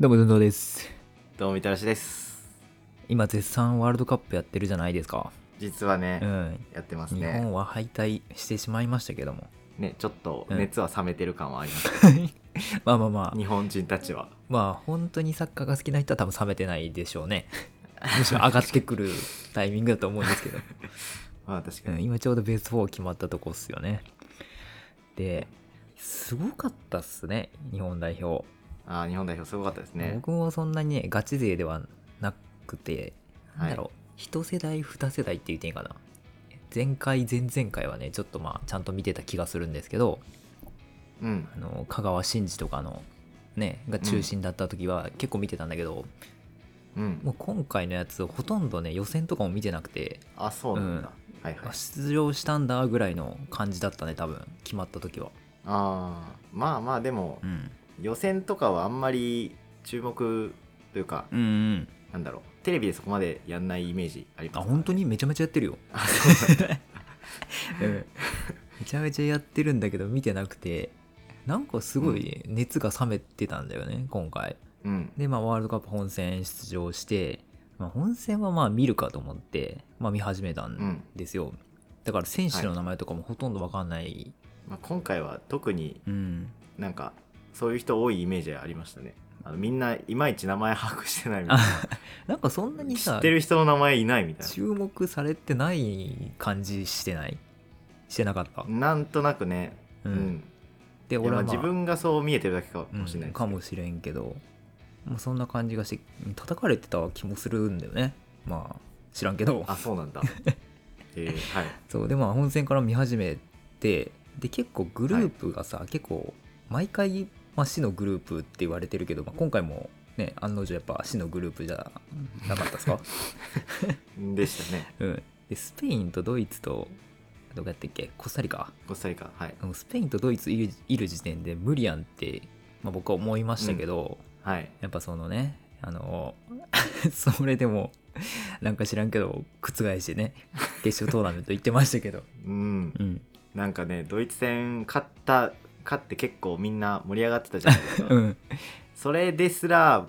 どうも、どんどうです。どうもみたらしです今、絶賛ワールドカップやってるじゃないですか。実はね、うん。やってます日ね本は敗退してしまいましたけども。ねちょっと熱は冷めてる感はあります、 まあまあまあ、日本人たちはまあ、本当にサッカーが好きな人は多分冷めてないでしょう ね。むしろ上がってくるタイミングだと思うんですけ ど。まあ確かうに、ん、今ちょうどベスト4決まったとこっすよね。で、すごかったっすね、日本代表。ああ日本代表すごかったですね僕もそんなにね、ガチ勢ではなくて、なんだろう、は一世代、二世代って言っていいかな。前回、前々回はね、ちょっとまあ、ちゃんと見てた気がするんですけど、うんあの香川真司とかの、ね、が中心だった時は結構見てたんだけど、うんもう今回のやつ、ほとんどね、予選とかも見てなくて、あそうなんだ、はいはいあ出場したんだぐらいの感じだったね、多分決まった時は。ああまあまあでもうん。予選とかはあんまり注目というか、うんうん。なんだろうテレビでそこまでやんないイメージありますあ、からね本当にめちゃめちゃやってるよ。 あそうなんだうんめちゃめちゃやってるんだけど見てなくてなんかすごい熱が冷めてたんだよね、今回うんでまあワールドカップ本戦出場して、まあ、本戦はまあ見るかと思って、まあ、見始めたうんんですよ、だから選手の名前とかもほとんどわかんない、まあ、今回は特にうんなんかそういう人多いイメージありましたねあのみんないまいち名前把握してないみたい あななんかそんなに知っさてる人の名前いないみたい注目されてない感じしてないしてなかった、ななんとなくねううんん、でいや俺まあは、まあ、自分がそう見えてるだけかもしれないうんですかもしれんけど、まあ、そんな感じがして叩かれてた気もするんだよねまあ知らんけど あそうなんだえーはいそうでまあ本戦から見始めてで結構グループがさ、結構毎回、まあ、死のグループって言われてるけど、まあ、今回もね案の定やっぱ死のグループじゃなかったで すか、でしたねうん、でスペインとドイツとどこやったっけコスタリカコスタリカはいあのスペインとドイツいるいる時点で無理やんって、まあ、僕は思いましたけど、はいやっぱそのね、あの、 それでも、なんか知らんけど、覆してね、決勝トーナメント行ってましたけど。うんうん。なんかねドイツ戦勝った勝って結構みんな盛り上がってたじゃない ですか、うん。それですら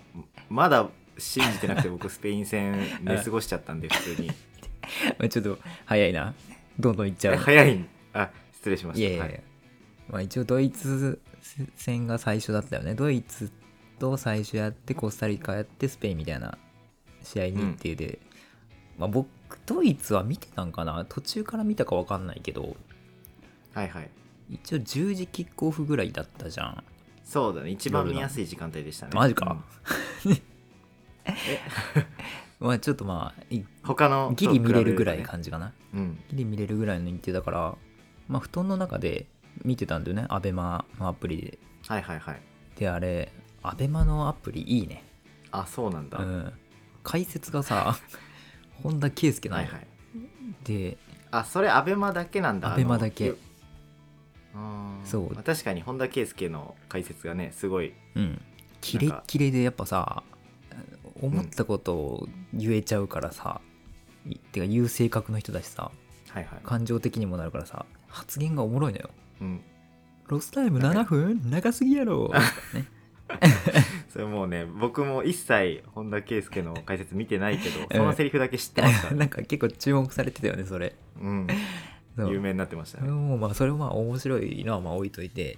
まだ信じてなくて僕スペイン戦寝過ごしちゃったんで普通 にまあちょっと、早いな。どんどん行っちゃえう。早いんあ失礼しましたいやいやいや、はいまあ一応ドイツ戦が最初だったよね。ドイツと最初やって、コスタリカやって、スペインみたいな試合日程で。まあ僕、ドイツは見てたんかな途中から見たかわかんないけど、はいはい一応10時キックオフぐらいだったじゃん。そうだね一番見やすい時間帯でしたねマジかうんえまあちょっとまあ、い他のとギリ見れる比ぐべとらねい感じかな、うんギリ見れるぐらいの日程だからまあ布団の中で見てたんだよねアベマのアプリではいはいはいであれアベマのアプリいいねあそうなんだ、うはん解説がさ 本田圭佑いなの、はいであそれアベマだけなんだアベマだけあのうんそうまあ確かに本田圭佑の解説がねすごいうんキレッキレでやっぱさ思ったことを言えちゃうからさ、いてか言う性格の人だしさはいはい、感情的にもなるからさ発言がおもろいのようん、ロスタイム7分長すぎや ろねそれもうね僕も一切本田圭佑の解説見てないけど えそのセリフだけ知ってます から、なんか結構注目されてたよねそれうん、そう有名になってましたそれねもまあそれもまあ面白いのはまあ置いといて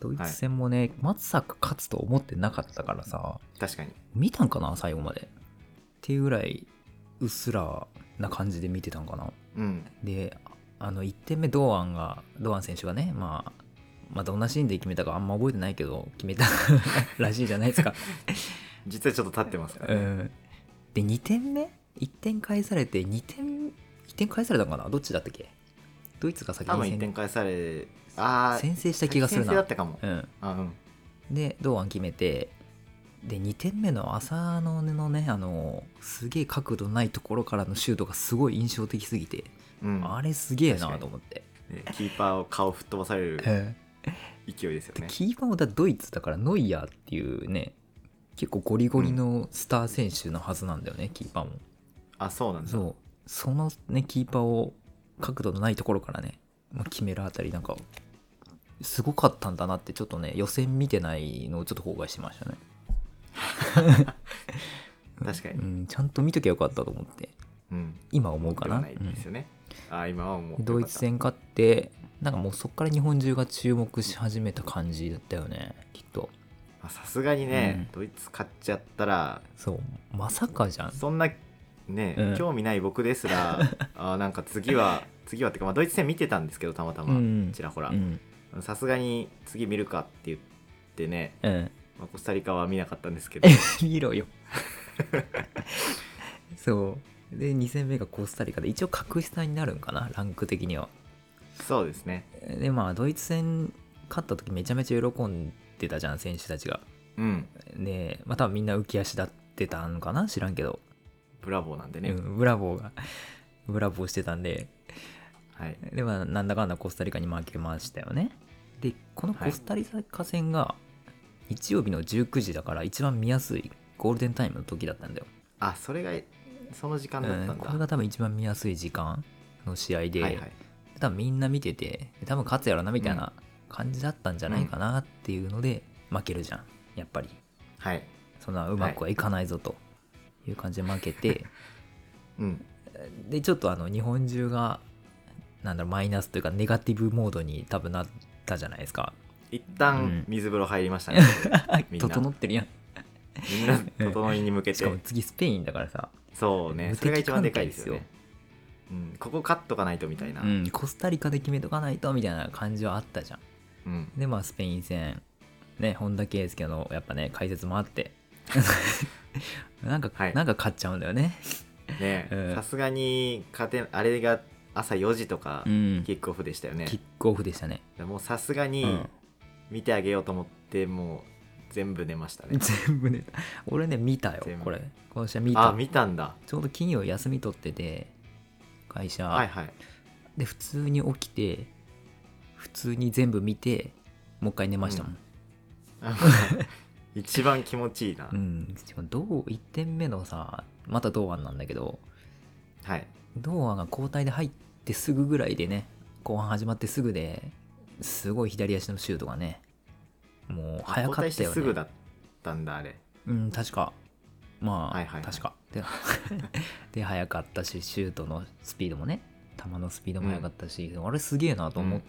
ドイツ戦もね、まさか勝つと思ってなかったからさ確かに見たんかな最後までっていうぐらいうっすらな感じで見てたんかなうんであの1点目堂安が堂安選手がねまあまあどんなシーンで決めたかあんま覚えてないけど決めたらしいじゃない ですか、実はちょっと立ってますからうね、ん、で2点目1点返されて2点1点返されたんかなどっちだったっけドイツが先多分に1先点返されああ先制した気がする先制だなっ。たかも、うん、あうんで堂安決めてで2点目の浅野のねあのすげえ角度ないところからのシュートがすごい印象的すぎて、うんあれすげえ確かなにと思って、ねキーパーを顔吹っ飛ばされるえ勢いですよえでねキーパーもだドイツだからノイヤーっていうね結構ゴリゴリのスター選手のはずなんだよね、キーパーもあそうなんだそうそのねキーパーを角度のないところからね、まあ、決めるあたりなんかすごかったんだなってちょっとね予選見てないのをちょっと崩壊してましたね確かうに、ん、ちゃんと見ときゃよかったと思ってうん、今思うかでなはないですよね、ああ今は思ううんドイツ戦勝ってなんかもうそっから日本中が注目し始めた感じだったよねきっとまあさすがにね、ドイツ勝っちゃったらそうまさかじゃんそんなね、うん興味ない僕です らあーなんか次は次はってか、まあ、ドイツ戦見てたんですけどたまたま、うんちらほらうんさすがに次見るかって言ってね、うんまあ、コスタリカは見なかったんですけど見ろよそうで2戦目がコスタリカで一応格下になるんかなランク的には そうですねでまあドイツ戦勝った時めちゃめちゃ喜んでたじゃん選手たちがうんねまあ多分みんな浮き足立ってたのかな知らんけど、ブラボーなんでね、うん、ブラボーがブラボーしてたんではいでまあなんだかんだコスタリカに負けましたよねでこのコスタリカ戦が日曜日の19時だから一番見やすいゴールデンタイムの時だったんだよ、あそれがその時間だったんだ、うんこれが多分一番見やすい時間の試合で、はいはい多分みんな見てて多分勝つやろなみたいな感じだったんじゃないかなっていうので負けるじゃんやっぱりはいそんなうまくはいかないぞという感じで負けて、うんでちょっとあの日本中がなんだろうマイナスというかネガティブモードに多分なったじゃないですか一うん旦水風呂入り ましたね、みんな整ってるやんみんな整いに向けしてかも次スペインだからさ、そうね無敵それが一番でかいですよ艦ねうん、ここ勝っとかないとみたいな、うん、コスタリカで決めとかないとみたいな感じはあったじゃんうんでまあスペイン戦ね本田圭佑のやっぱね解説もあって なんか、はいなんか勝っちゃうんだよねね うんさすがに勝てあれが朝4時とかうんキキックオフでしたよね、ックオフでしたねもうさすがうにん見てあげようと思ってもう全部寝ましたね、全部ね俺ね見たよ全部これこの試合 見あた見たんだちょうど金曜休み取ってて会社、はいはい で普通に起きて普通に全部見てもう一回寝ましたもん、あ一番気持ちいいな、うん、しかもどう1点目のさまた堂安なんだけどはい堂安が交代で入ってすぐぐらいでね後半始まってすぐですごい左足のシュートがねもう早か交っ代したてよねすぐだったんだあれうん確かまあ、はいはいはい確かで で早かったしシュートのスピードもね球のスピードも速かったし、あれすげえなと思っ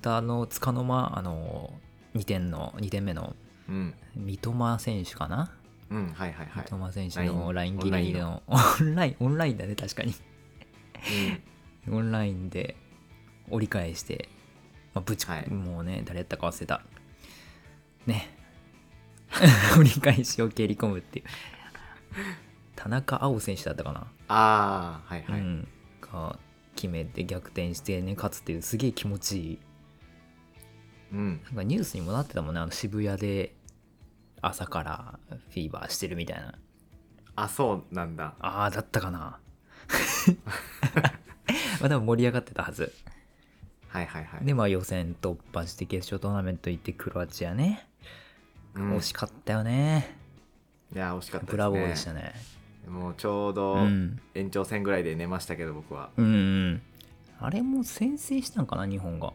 たのつかの間あの2点の2点目のうん三笘選手かなうんはいはいはい、三笘選手のラライインンギリギリのオンライ ンオンラインだね確かにうんオンラインで折り返して、まあ、ぶち、はいもうね誰やったか忘れたね 折り返しを蹴り込むっていう田中碧選手だったかな、ああはいはい、うんが決めて逆転してね勝つっていうすげえ気持ちいいうんなんかニュースにもなってたもんねあの渋谷で朝からフィーバーしてるみたいなあそうなんだああだったかな まあでも盛り上がってたはずはいはいはいでまあ予選突破して決勝トーナメント行ってクロアチアね、うん、惜しかったよねいや惜しかったですねブラボーでしたねもうちょうどうん延長戦ぐらいで寝ましたけど僕は、うんうんあれも先制したんかな日本が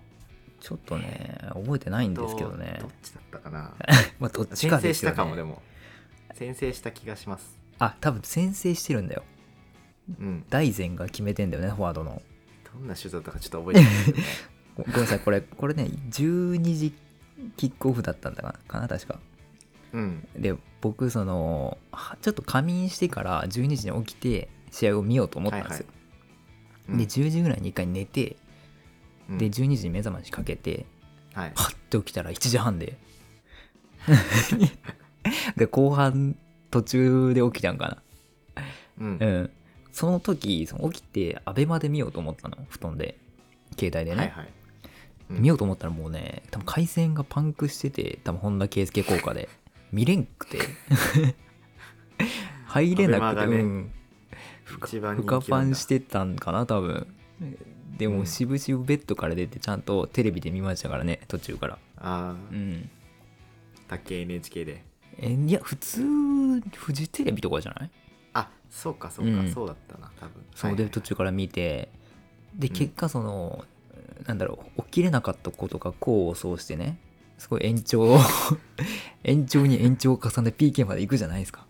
ちょっとね覚えてないんですけどねどっちだったか なまあどっちか先制ですしよ、ね、たかもでも先制した気がしますあ多分先制してるんだようん大然が決めてんだよねフォワードのどんなシュートだったかちょっと覚え てないですけどねごごめんなさいこれこれね12時キックオフだったんだかなかな確かうんで僕そのはちょっと仮眠してから12時に起きて試合を見ようと思ったんですよ、うんで10時ぐらいに一回寝て、うんで12時に目覚ましかけてはいパッて起きたら1時半で で後半途中で起きたんかう なうんんその時その起きてアベマで見ようと思ったの布団で携帯でね、はいはいうん見ようと思ったらもうね多分回線がパンクしてて多分本田圭佑効果 で見れんくて入れなアくベて、マがねうん一番人気深パなんンだしてたんかな多分でうもんしぶしぶベッドから出てちゃんとテレビで見ましたからね途中からあうあんたっけ NHK でえいや普通フジテレビとかじゃない、あそうかそうか、うんそうだったな多分そうで途中から見てでうん結果その、なんだろう起きれなかったことが功を奏してねすごい延長延 延長に延長を重ね PK まで行くじゃないですか、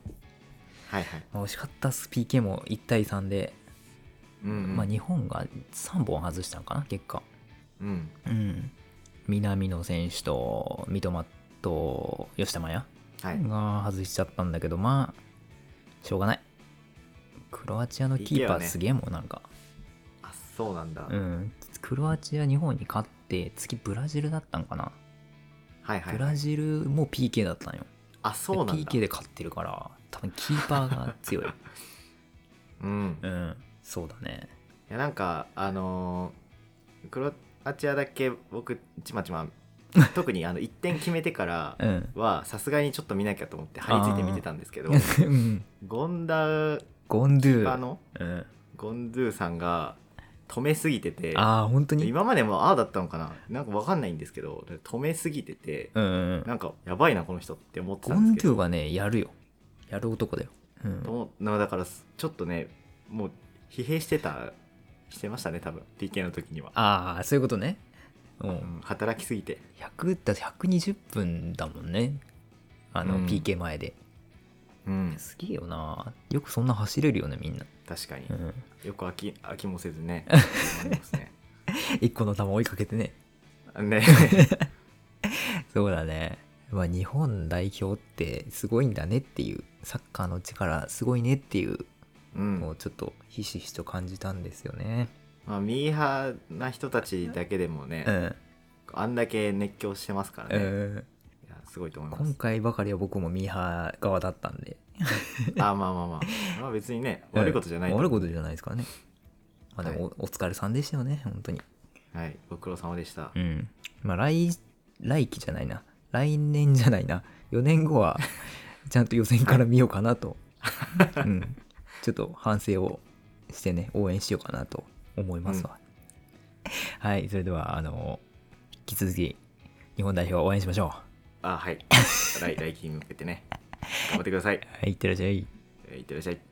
はいはい。まあ、惜しかったっす PK も1対3で、うんうんまあ、日本が3本外したのかな結果うんうん南野選手と三笘と吉田麻也はい。が外しちゃったんだけどまあしょうがないクロアチアのキーパいけよーねすげえもんなんか、あ、そうなんだ。うんクロアチア日本に勝って次ブラジルだったんかな、はいはい。ブラジルも PK だったんよあ、そうなんでだ PK。で勝ってるから多分キーパーが 強いうん。うんそうだねいやなんかあのークロアチアだけ僕ちま ちま特にあの1点決めてからうんはさすがにちょっと見なきゃと思って張り付いて見てたんですけどうんゴンダゴンドゥあのうん、ゴンドゥさんが止めすぎててああ本当に今までもああだったのかななんかわかんないんですけど止めすぎててうんうんうんなんかやばいなこの人って思ってゴたんンですけドゥどはねやるよやる男だよ、うん、と思なだからちょっとねもう疲弊してたしてましたね多分 PK の時には、ああそういうことねううんん働きすぎて100だって120分だもんねあのうん PK 前で、うんすげえよなよくそんな走れるよねみんな、確かにうん、よく飽き飽きもせず ね1個の球追いかけてねね そうだね、まあ、日本代表ってすごいんだねっていうサッカーの力すごいねっていううのんをちょっとひしひしと感じたんですよねまあミーハーな人たちだけでもね、うん、あんだけ熱狂してますからうね、ん、いやすごいと思いま今す回ばかりは僕もミーハー側だったんであまあまあまあまあ別にね悪いことじゃないうんと悪い思うことじゃないですからねまあでもお,、疲れさんでしたよね本当にはいご苦労様でした、うん。まあ来、来期じゃないな。来年じゃないな。4年後 は、ちゃんと予選から見ようかな と。うん。ちょっと反省をしてね、応援しようかなと思いますわ。はい。それでは、あの、引き続き、日本代表を応援しましょう。 あはい来来期に向けてね頑張ってください、はい。いってらっしゃい。えーいってらっしゃい